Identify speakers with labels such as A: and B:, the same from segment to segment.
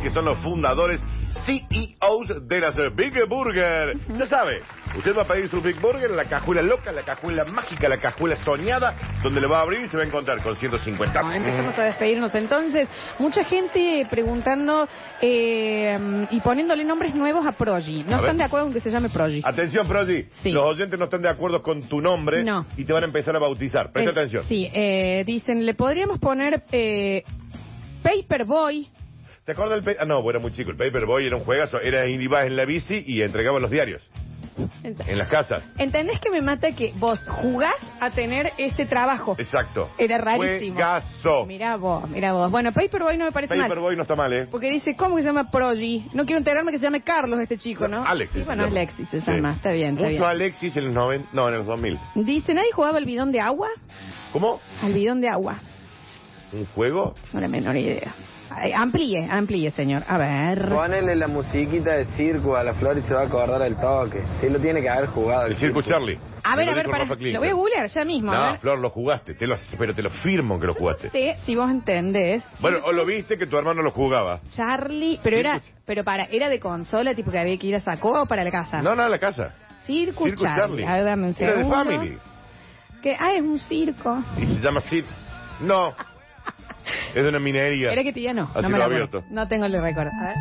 A: que son los fundadores CEOs de las eh, Big Burger. Ya sabe, usted va a pedir su Big Burger en la cajuela loca, la cajuela mágica, la cajuela soñada, donde le va a abrir y se va a encontrar con 150.
B: Bueno, Ah, empezamos a despedirnos entonces. Mucha gente preguntando eh, y poniéndole nombres nuevos a Proji.
A: A
B: No
A: ver. Ah,
B: están de acuerdo con que se llame Proji.
A: Atención, Prodi.
B: Sí.
A: Los oyentes no están de acuerdo con tu nombre
B: No.
A: y te van a empezar a bautizar. Presta
B: Eh,
A: atención.
B: Sí, eh, dicen, le podríamos poner eh, Paperboy.
A: ¿Te acuerdas del... pe- Ah, no, bueno, muy chico. El Paperboy era un juegazo. Era Indy Bass en la bici y entregaba los diarios en las casas.
B: ¿Entendés que me mata que vos jugás a tener este trabajo?
A: Exacto.
B: Era rarísimo.
A: Juegazo.
B: Mirá vos, mirá vos. Bueno, Paperboy no me parece mal.
A: Paperboy no está mal, ¿eh?
B: Porque dice, ¿cómo que se llama Proji? No quiero enterarme que se llame Carlos este chico, ¿no?
A: Alexis.
B: Sí, bueno,
A: se llama.
B: Alexis se
A: Sí.
B: llama, está bien, está
A: Mucho
B: bien.
A: Alexis en los 90... No, en los 2000.
B: Dice, ¿nadie jugaba al bidón de agua?
A: ¿Cómo?
B: Al bidón de agua.
A: ¿Un juego?
B: No la menor idea. Ay, amplíe, amplíe, señor. A ver.
C: Ponele la musiquita de circo a la flor y se va a acordar el toque. Sí, lo tiene que haber jugado.
A: El Circo Charlie.
B: A ver,
A: Me
B: a
A: lo
B: ver,
A: dijo
B: para.
A: Rafa Klinger.
B: Lo voy a googlear ya mismo. a
A: No,
B: ver.
A: Flor, lo jugaste. Te lo... Pero te lo firmo que lo
B: No
A: jugaste.
B: sé si vos entendés.
A: Bueno, o lo viste que tu hermano lo jugaba.
B: Charlie, pero era,
A: Circus.
B: pero para, era de consola, tipo que había que ir a Sacó o para la casa.
A: No, no, a la casa.
B: Circus,
A: Circus
B: Ah. Charlie.
A: Charlie.
B: A ver, dame un
A: Era de
B: segundo.
A: Family.
B: Que, ah, es un circo.
A: Y se llama Sid. No. Es una minería.
B: Era que te ya no.
A: Así
B: no me
A: lo
B: la
A: abierto.
B: acuerdo. No tengo el recuerdo. A ver.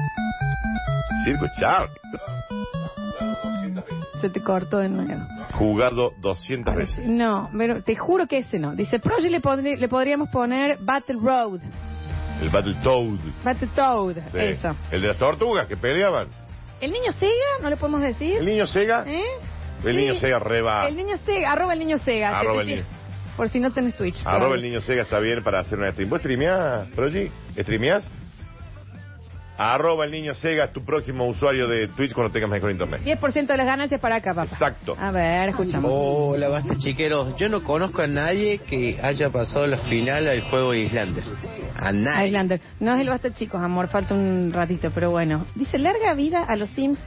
A: Circo Charlie.
B: Se te cortó de nuevo.
A: Jugado 200 veces.
B: No, pero te juro que ese no. Dice, Proje le, podri- le podríamos poner Battle Road.
A: El Battle Toad.
B: Battle Toad,
A: Sí.
B: eso.
A: El de las tortugas que peleaban.
B: ¿El niño Sega? ¿No le podemos decir?
A: El niño Sega.
B: ¿Eh?
A: El niño Sega reba.
B: El niño Sega, arroba el niño Sega.
A: Arroba
B: te-
A: el
B: te-
A: niño.
B: Por si no tenés Twitch.
A: Arroba
B: todavía.
A: el niño Sega está bien para hacer una stream. ¿Vos streameás, Proji? ¿Streameás? Arroba el niño Sega es tu próximo usuario de Twitch cuando tengas mejor internet.
B: 10% de las ganancias para acá, papá.
A: Exacto. Oh,
B: A ver, escuchamos.
D: Hola, basta chiqueros. Yo no conozco a nadie que haya pasado la final al juego de Islanders. A nadie.
B: Islander. No es el basta, chicos, amor. Falta un ratito, pero bueno. Dice, larga vida a los Sims.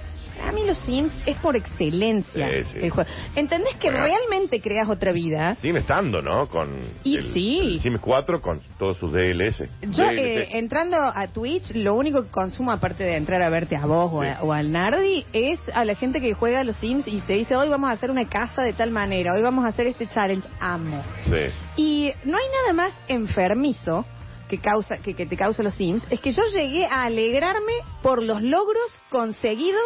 B: A mí los Sims es por excelencia
A: Sí, sí.
B: el juego. ¿Entendés que
A: Bueno.
B: realmente creas otra vida?
A: Sigue estando, ¿no? Con
B: Y
A: el,
B: sí.
A: el Sims 4 con todos sus DLS.
B: Yo,
A: DLC.
B: eh, entrando a Twitch, lo único que consumo, aparte de entrar a verte a vos o, a- o al Nardi, es a la gente que juega a los Sims y te dice, hoy vamos a hacer una casa de tal manera, hoy vamos a hacer este challenge. Amo.
A: Sí.
B: Y no hay nada más enfermizo que, causa, que, que te causa los Sims, es que yo llegué a alegrarme por los logros conseguidos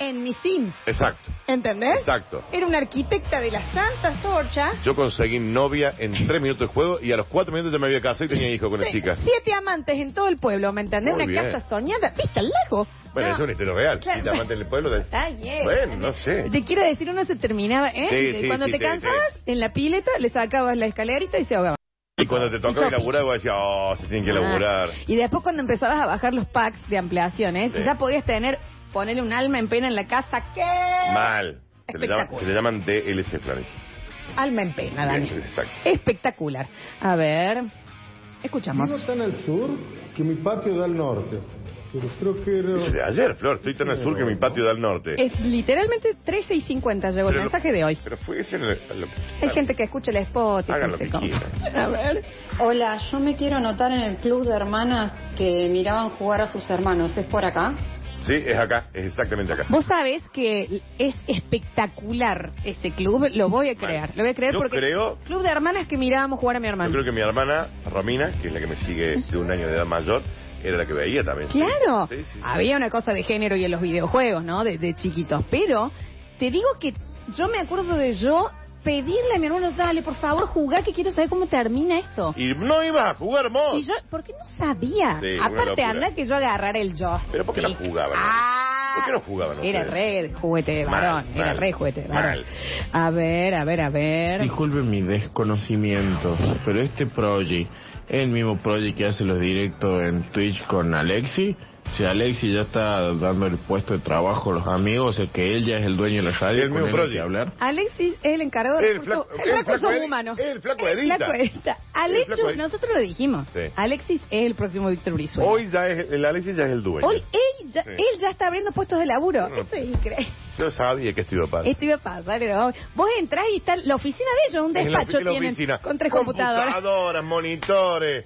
B: en mis Sims.
A: Exacto.
B: ¿Entendés?
A: Exacto.
B: Era una arquitecta de la Santa Sorcha.
A: Yo conseguí novia en tres minutos de juego y a los cuatro minutos ya me había casado y tenía hijo con la
B: Sí,
A: chica.
B: Siete amantes en todo el pueblo, ¿me entendés?
A: Muy
B: una
A: bien.
B: casa soñada. ¿Viste el lago?
A: Bueno,
B: No.
A: es una historia real.
B: Claro.
A: Y la amante del pueblo. de-
B: Está bien.
A: Bueno, no sé.
B: Te quiero decir, uno se terminaba, ¿eh?
A: Sí, sí,
B: Cuando
A: sí,
B: te
A: sí,
B: cansabas, en la pileta le sacabas la escalerita y se ahogaba.
A: Y cuando te
B: Y
A: tocaba
B: shopping.
A: laburar, vos decías, oh, se tienen que laburar.
B: Ah, Y después cuando empezabas a bajar los packs de ampliaciones,
A: Sí.
B: ya podías tener, ponerle un alma en pena en la casa, ¿qué?
A: Mal. Se le, llaman,
B: Espectacular.
A: se le llaman DLC, Florencia.
B: Alma en pena, Dani.
A: Bien, exacto.
B: Espectacular. A ver, escuchamos.
E: Vivo tan al sur que mi patio da al norte. Pero creo que
A: Eso de
E: era...
A: Ayer, Flor, estoy tan al sur que mi patio da al norte.
B: Es literalmente 13 y 50 llegó el
A: Pero lo-
B: mensaje de hoy.
A: Pero fue ese en el- lo-
B: Hay gente que escucha el spot. y
A: Hagan
B: no
A: lo
B: sé
A: que
B: cómo.
A: quieran.
B: A ver.
F: Hola, yo me quiero anotar en el club de hermanas que miraban jugar a sus hermanos. ¿Es por acá?
A: Sí, es acá, es exactamente acá.
B: Vos sabés que es espectacular este club, lo voy a crear. Lo voy a creer
A: Yo
B: porque.
A: creo-
B: Club de hermanas que mirábamos jugar a mi
A: Yo
B: hermano.
A: creo que mi hermana, Romina, que es la que me sigue de un año de edad mayor, era la que veía también. Sí,
B: Claro, Ah,
A: sí, sí.
B: había una cosa de género y en los videojuegos, ¿no? De, de chiquitos. Pero te digo que yo me acuerdo de yo pedirle a mi hermano, dale, por favor, jugar que quiero saber cómo termina esto.
A: Y no ibas a jugar, vos.
B: Y yo, porque no sabía.
A: Sí, una
B: Aparte,
A: locura.
B: anda que yo agarrara el joystick.
A: Pero ¿por qué no jugaban?
B: Ah,
A: ¿Por qué no jugaban
B: Era
A: ustedes?
B: re juguete de
A: Mal,
B: varón, era
A: mal,
B: re juguete de varón.
A: mal.
B: A ver, a ver, a ver.
G: Disculpe mi desconocimiento, pero este Proji es el mismo Proji que hace los directos en Twitch con Alexi. Si Alexi ya está dando el puesto de trabajo a los amigos, o sea que él ya es el dueño de la radio,
A: El
G: con él
A: mismo
G: hay
A: Prodigy.
G: que hablar.
B: Alexis es el encargado
A: El
B: de recursos-
A: flaco- el flaco
B: recursos
A: Edi-
B: humanos.
A: el flaco
B: El
A: Edita.
B: flaco Edita. Al
A: El
B: hecho,
A: flaco Edi-
B: nosotros lo dijimos.
A: Sí.
B: Alexis es el próximo Víctor Brizuela.
A: Hoy ya es, el Alexis ya es el dueño.
B: Hoy él ya,
A: Sí.
B: él ya está abriendo puestos de laburo.
A: Mm.
B: Esto es increíble.
A: Yo sabía que esto iba a pasar.
B: Esto iba a pasar, era obvio. Vos entrás y está la oficina de ellos, un
A: En la
B: despacho
A: oficina,
B: tienen
A: oficina.
B: con tres computadoras.
A: Computadoras, monitores.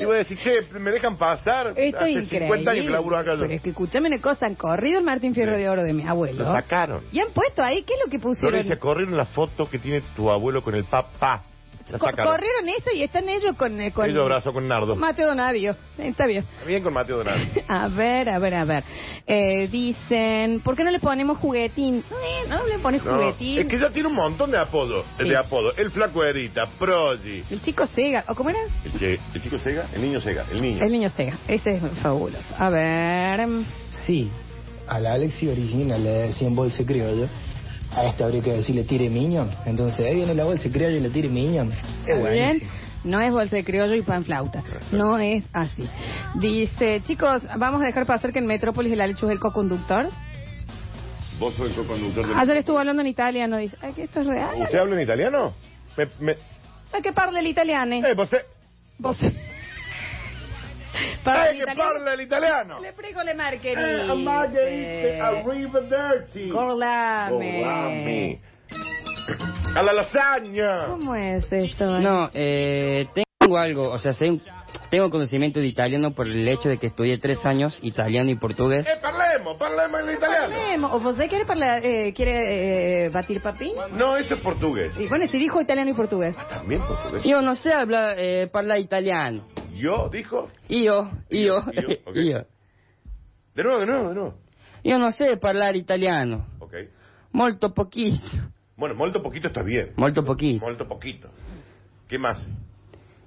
A: Y voy a decir, che, ¿me dejan pasar?
B: Esto
A: Hace
B: es increíble.
A: 50 años que laburo acá yo.
B: Pero es que escúchame una cosa, han corrido el Martín Fierro
A: Sí.
B: de Oro de mi abuelo.
A: Lo sacaron.
B: Y han puesto ahí, ¿qué es lo que pusieron?
A: Florencia, corrieron la foto que tiene tu abuelo con el papá. La
B: Co-
A: sacaron.
B: corrieron eso y están ellos con... eh, con
A: Ellos abrazó con Nardo.
B: Mateo Donadio. Sí, Está bien.
A: Bien con Mateo Donati.
B: A ver, a ver, a ver. Eh, dicen, ¿por qué no le ponemos juguetín? Eh, no le pones
A: No,
B: juguetín.
A: es que ya tiene un montón de apodos.
B: Sí.
A: De apodo. El flaco Edita, Prodi.
B: El chico Sega, ¿o cómo era?
A: El, che- el chico Sega, el niño Sega, el niño.
B: El niño Sega. Ese es fabuloso. A ver...
H: Sí, a la Alexi original le decían bolsa criollo. A esta habría que decirle tire minion. Entonces ahí viene la bolsa criollo y le tire minion. Es
B: Está bien.
H: buenísimo.
B: No es bolsa de criollo y pan flauta. No es así. Dice, chicos, vamos a dejar pasar que en Metrópolis el Alechu es el co-conductor.
A: Vos sos el co-conductor del...
B: Ayer estuvo hablando en italiano. Dice, ay, que esto es real.
A: ¿Usted habla en italiano? Me, me...
B: Hay que parle el italiano.
A: Eh, vos eh,
B: Vos.
A: eh, que parla el italiano.
B: Le prego le margherite.
A: Eh, Margherite, arrivederci.
B: Gorlame.
A: Gorlami. A la lasaña.
B: ¿Cómo es esto?
I: No, eh, tengo algo, o sea, sé un- tengo conocimiento de italiano por el hecho de que estudié tres años italiano y portugués.
A: Eh, parlemos, parlemos en italiano.
B: Parlemo. ¿O vos quiere, parlar, eh, quiere eh, batir papín?
A: No, eso es portugués.
B: Y bueno, si dijo italiano y portugués.
A: También portugués.
I: Yo no sé hablar, eh, parla italiano.
A: Yo, dijo.
I: Yo, yo,
A: Io, ok.
I: yo.
A: De nuevo, de nuevo, de nuevo.
I: Yo no sé hablar italiano.
A: Ok.
I: Molto poquito.
A: Bueno, molto poquito está bien.
I: Molto poquito.
A: Molto poquito. ¿Qué más?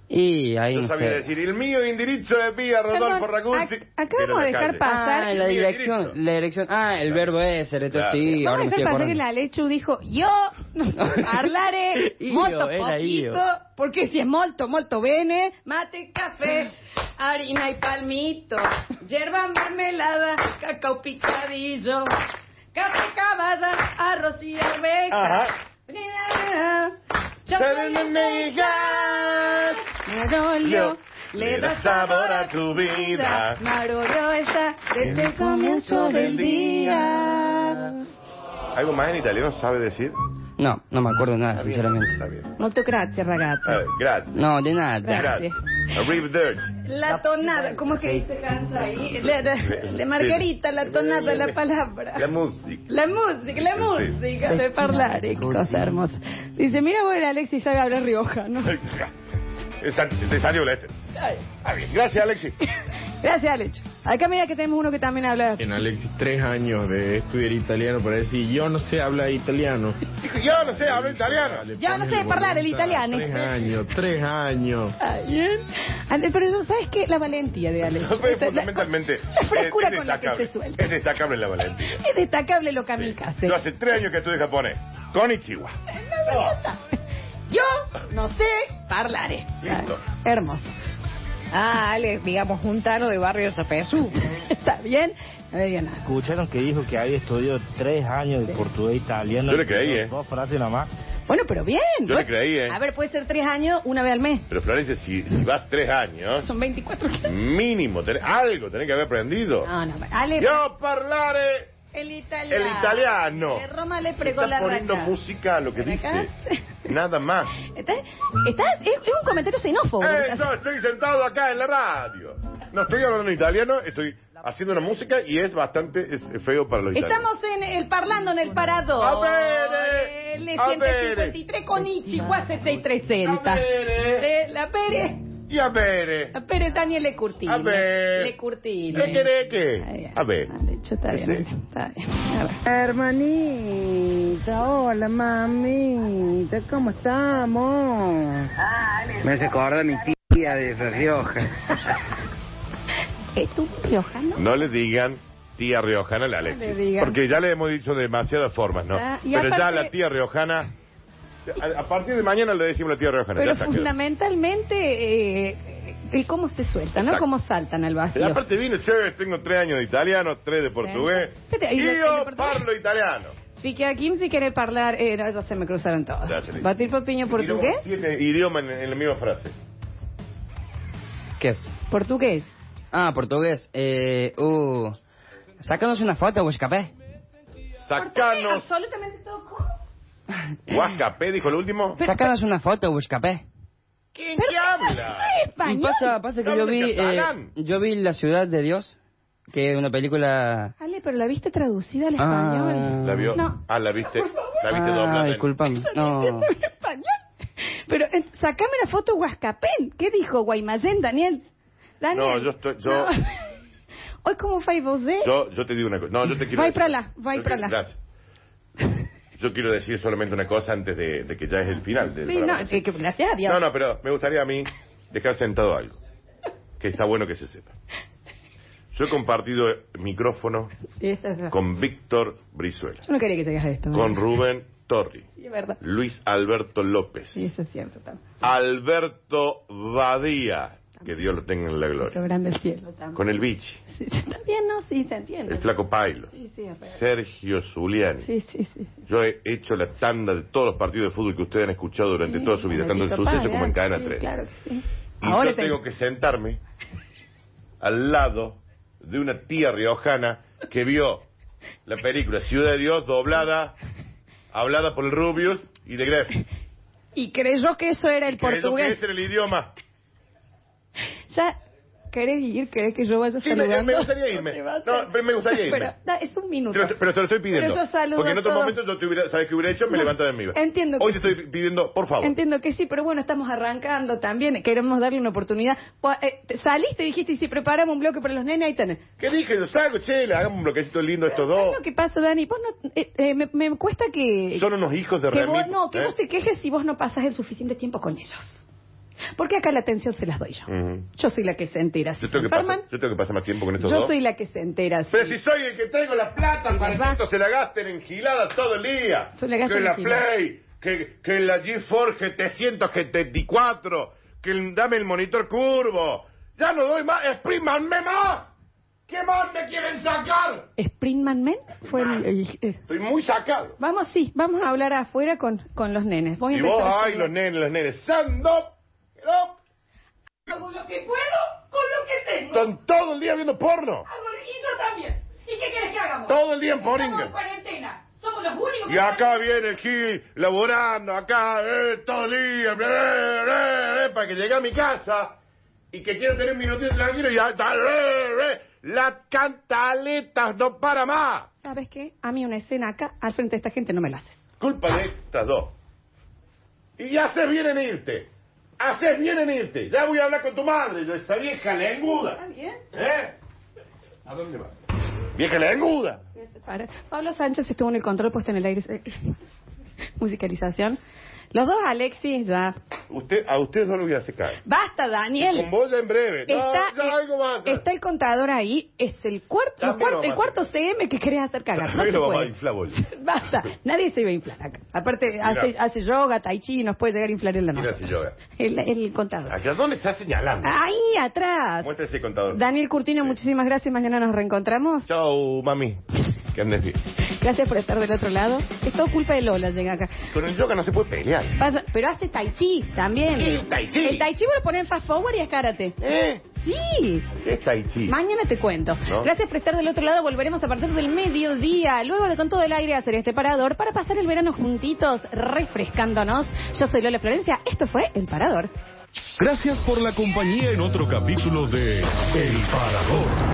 I: Y ahí
A: Yo
I: no
A: sabía
I: sé.
A: decir, el mío indirizzo de vía Rodolfo
B: Perdón,
A: Raguzzi.
B: ac- acá
A: Era
B: vamos a
A: la
B: dejar
A: calle.
B: pa- pasar.
I: Ah, en
A: Mira,
I: la
A: directo.
I: dirección, la dirección. Ah, el verbo es, entonces
A: Claro.
I: sí,
B: Vamos
I: ahora
B: a dejar
I: me estoy
B: pasar que
I: acordando.
B: la Lechu dijo, yo no so parlare
I: Io,
B: molto
I: era
B: poquito,
I: io.
B: porque si es molto, molto bene, mate, café, harina y palmito, yerba mermelada, cacao picadillo, café cavada, arroz y arveja.
A: Ajá.
B: Chocolate
A: Mexicano.
B: Marolio le da sabor a tu vida. Marolio está desde el comienzo del día.
A: ¿Algo más en italiano sabe decir?
I: No, no me acuerdo nada,
A: Está bien,
I: Ah, sinceramente.
A: Está bien.
B: Molto grazie, ragazzi.
A: A ver, gracias.
I: No, de nada.
B: Grazie.
A: Gracias. Arrivederci.
B: La tonada, ¿cómo es que dice Hans ahí? La, la- la margarita, la tonada, la palabra.
A: La música.
B: La música, la
A: Sí.
B: música de parlare, qué cosa hermosa. Dice, mira, bueno, Alexis sabe hablar riojano.
A: Esa- Te salió la este. Ah, bien. Gracias, Alexis.
B: Gracias, Alecho. Acá mira que tenemos uno que también habla.
G: En Alexis, tres años de estudiar italiano para decir, yo no sé hablar italiano.
A: Dijo, yo no sé, hablo italiano.
G: Le
B: Yo no
G: pones
B: sé
G: el
B: hablar el
G: voluntad,
B: italiano.
G: Tres años, tres años.
B: Ah, bien. Ande- Pero eso, ¿sabes qué? La valentía de Alex.
A: Fue Fundamentalmente,
B: La, la frescura
A: es- es
B: con la que
A: destacable.
B: se suelta.
A: Es destacable la valentía.
B: Es destacable lo que a mí hace.
A: Yo hace tres años que estudié japonés. Con Ichiwa.
B: Yo no sé parlaré.
A: Listo.
B: Ah, hermoso. Ah, Alex, digamos, un tano de barrio Zapesú. Está bien. No me diga nada.
H: Escucharon que dijo que había estudiado tres años de portugués italiano.
A: Yo le creí, ¿eh?
H: Dos frases nada más.
B: Bueno, pero bien.
A: Yo le creí, ¿eh?
B: A ver, puede ser tres años, una vez al mes.
A: Pero Florencia, si, si vas tres años,
B: Son 24.
A: mínimo, tenés- algo tenés que haber aprendido.
B: No, no, Alex.
A: Yo parlare
B: El italiano.
A: el italiano.
B: De Roma le
A: Está
B: pregó la
A: poniendo
B: racha.
A: música a lo que
B: ¿Por acá?
A: dice. Nada más.
B: Está, está- es, es un comentario xenófobo.
A: Eh, yo estoy sentado acá en la radio. No estoy hablando en italiano, estoy haciendo una música y es bastante es feo para los italianos.
B: Estamos en el parlando en el parado.
A: A ver, eh,
B: El
A: a ver.
B: 153 con Ichiwa 6360.
A: A ver, eh.
B: Eh, La Pérez.
A: Y a ver, eh.
B: La Pérez Daniel Le Curtine.
A: A ver.
B: Le Curtine.
A: ¿qué querés
B: Está
A: que?
B: bien.
A: A ver.
B: Ah, de hecho, está bien.
A: Sí.
B: Está bien. A ver.
J: Hermanita, hola mamita, ¿cómo estamos?
C: Me hace acordar mi tía de Rioja.
B: ¿Es tú riojano?
A: No le digan tía riojana a la Alexis.
B: le digan.
A: porque ya le hemos dicho de demasiadas formas, ¿no?
B: Ah, y
A: Pero ya
B: aparte-
A: la tía riojana... A, a partir de mañana le decimos la tía riojana.
B: Pero
A: ya está, quedó.
B: fundamentalmente, eh, el cómo se sueltan, ¿no?
A: Exacto.
B: Cómo saltan al
A: Y
B: vacío.
A: aparte vino, che, tengo tres años de italiano, tres de portugués.
B: Espérate, ¿y
A: Y
B: de- de
A: yo
B: portugués?
A: parlo italiano.
B: Fique a Kim si quiere hablar. Eh, no, ya se me cruzaron todos.
A: Ya se le-
B: Batir papiño portugués.
A: Y luego Siete idiomas en, en la misma frase.
I: ¿Qué?
B: Portugués.
I: Ah, portugués. Eh, uh, Sácanos una foto, Huescapé.
A: Sacanos.
K: Absolutamente todo. ¿Cómo?
A: Huascapé, dijo el último.
I: Sácanos una foto, Huescapé.
A: ¿Quién qué habla?
I: Y Pasa, pasa que yo vi, eh, yo vi La Ciudad de Dios, que es una película...
B: Ale, pero la viste traducida al
I: Ah.
B: español.
A: La vio.
B: No.
A: Ah, la viste. La viste
I: Ah,
A: doblada. en-
I: discúlpame. No.
B: En español. Pero eh, sacame la foto Huascapén. ¿Qué dijo Guaymallén, Daniel? Daniel.
A: No, yo estoy- yo-
B: Hoy como fai vosé.
A: Yo, yo te digo una cosa. No, yo te quiero
B: Vai
A: decir-
B: pra lá, vai
A: yo
B: pra
A: te-
B: lá.
A: Gracias. Yo quiero decir solamente una cosa antes de, de que ya es el final del
K: Sí,
A: programa.
K: no, que- que gracias a Dios.
A: No, no, pero me gustaría a mí dejar sentado algo. Que está bueno que se sepa. Yo he compartido micrófono
K: Sí, esta es la-
A: con Víctor Brizuela,
K: Yo no quería que llegas a esto.
A: con Rubén Torri,
K: Sí, es verdad.
A: Luis Alberto López,
K: Sí, eso es cierto también.
A: Alberto Badía, que Dios lo tenga en la gloria,
K: Lo grande el cielo también.
A: con el Bichi,
K: Sí, sí, también, no, sí, se entiende.
A: el Flaco Pailo,
K: Sí, sí, es verdad.
A: Sergio Zuliani.
K: Sí, sí, sí.
A: Yo he hecho la tanda de todos los partidos de fútbol que ustedes han escuchado durante toda su vida, tanto en
K: Benito
A: suceso
K: Paz,
A: como en
K: ¿eh?
A: Cadena
K: Sí,
A: 3.
K: Claro que sí.
A: Y
K: Ahora
A: yo
K: te-
A: tengo que sentarme al lado de una tía riojana que vio la película Ciudad de Dios doblada, hablada por el Rubius y de Gref.
B: Y creyó que eso era el
A: Que es lo que
B: portugués.
A: es en el idioma.
B: Ya, ¿querés ir? ¿Querés que yo vaya
A: Sí, me,
B: saludando?
A: me gustaría irme. No, pero me gustaría irme.
B: Pero da- es un minuto.
A: Te lo- pero te lo estoy pidiendo.
B: Pero yo saludo
A: Porque en
B: a
A: otro
B: todos.
A: momento yo te hubiera, ¿sabes qué hubiera hecho? Me
B: No,
A: levanto de mi vida.
B: entiendo que
A: Hoy te estoy pidiendo, por favor.
B: Entiendo que sí, pero bueno, estamos arrancando también. Queremos darle una oportunidad. O, eh, te- saliste y dijiste, y si preparamos un bloque para los nenes, ahí tenés.
A: ¿Qué dije? Yo salgo, che, le hagamos un bloquecito lindo a estos dos.
B: ¿Sabes lo que pasa, Dani? Vos no, eh, eh, me, me cuesta que...
A: Son unos hijos de
B: que vos,
A: remil,
B: No, que
A: ¿eh?
B: vos te quejes si vos no pasas el suficiente tiempo con ellos. Porque acá la atención se las doy yo.
A: Ujú.
B: Yo soy la que se entera. Si
A: Yo
B: se
A: tengo, que pasar,
B: enferman,
A: yo tengo que pasar más tiempo con estos
B: yo
A: dos.
B: soy la que se entera.
A: Pero si soy el que traigo la plata para que estos se la gasten en giladas todo el día.
B: Se la
A: que
B: gastan en
A: la
B: giladas.
A: Play, que, que la GeForce GT100, GT4, que el- dame el monitor curvo. Ya no doy más, exprímanme más. ¿Qué más me quieren sacar?
B: Sprintman Men fue el... el- eh.
A: Estoy muy sacado.
B: Vamos, sí, vamos a hablar afuera con, con los nenes. Voy a
A: Y
B: empezar
A: vos,
B: a-
A: ay, los nenes, los nenes. Sando, pero
K: Hago lo que puedo con lo que tengo.
A: están todo el día viendo porno.
K: Hago- y yo también. ¿Y qué querés que hagamos?
A: Todo el día en
K: Estamos
A: Poringa.
K: en cuarentena. Somos los únicos
A: Y acá viene el Gil laborando, acá, eh, todo el día, bre, bre, bre, bre, para que llegue a mi casa y que quiero tener un minutito tranquilo y ya está, bre, bre. las cantaletas no para más.
B: ¿Sabes qué? A mí una escena acá, al frente de esta gente, no me la haces.
A: Culpa de estas dos. Y haces bien en irte, haces bien en irte. Ya voy a hablar con tu madre, de esa vieja lenguda.
K: ¿Está bien?
A: ¿Eh? ¿A dónde vas? Vieja lenguda.
B: Para. Pablo Sánchez estuvo en el control puesto en el aire. eh, Musicalización. Los dos, Alexis, ya.
A: Usted, a usted no lo voy a hacer caer.
B: ¡Basta,
A: Con
B: Daniel!
A: vos ya en breve. No,
B: Está,
A: ya
B: eh,
A: algo más.
B: está el contador ahí, es el cuarto, los
A: También lo
B: cuart- el
A: vamos a
B: cuarto CM que querés hacer cagar. No
A: Pero
B: se
A: vamos a
B: puede.
A: inflar bolsa.
B: Basta, nadie se iba a inflar acá. Aparte, hace, hace yoga, tai chi, nos puede llegar a inflar en la
A: Mira
B: noche.
A: si llora.
B: El, el contador.
A: ¿Hacia dónde está señalando?
B: Ahí atrás.
A: Muestra ese contador.
B: Daniel Curtino, muchísimas gracias. Mañana nos reencontramos.
A: Chau, mami. Que andes bien.
B: Gracias por estar del otro lado. Es todo culpa de Lola llega acá.
A: Con el yoga no se puede pelear.
B: Pasa- pero hace tai chi también.
A: ¿Qué es tai chi?
B: El tai chi vos lo pones en fast forward y es karate.
A: ¿Eh?
B: Sí.
A: ¿Qué es tai chi?
B: Mañana te cuento.
A: ¿No?
B: Gracias por estar del otro lado. Volveremos a partir del mediodía, luego de con todo el aire hacer este parador para pasar el verano juntitos, refrescándonos. Yo soy Lola Florencia. Esto fue El Parador.
L: Gracias por la compañía en otro capítulo de El Parador.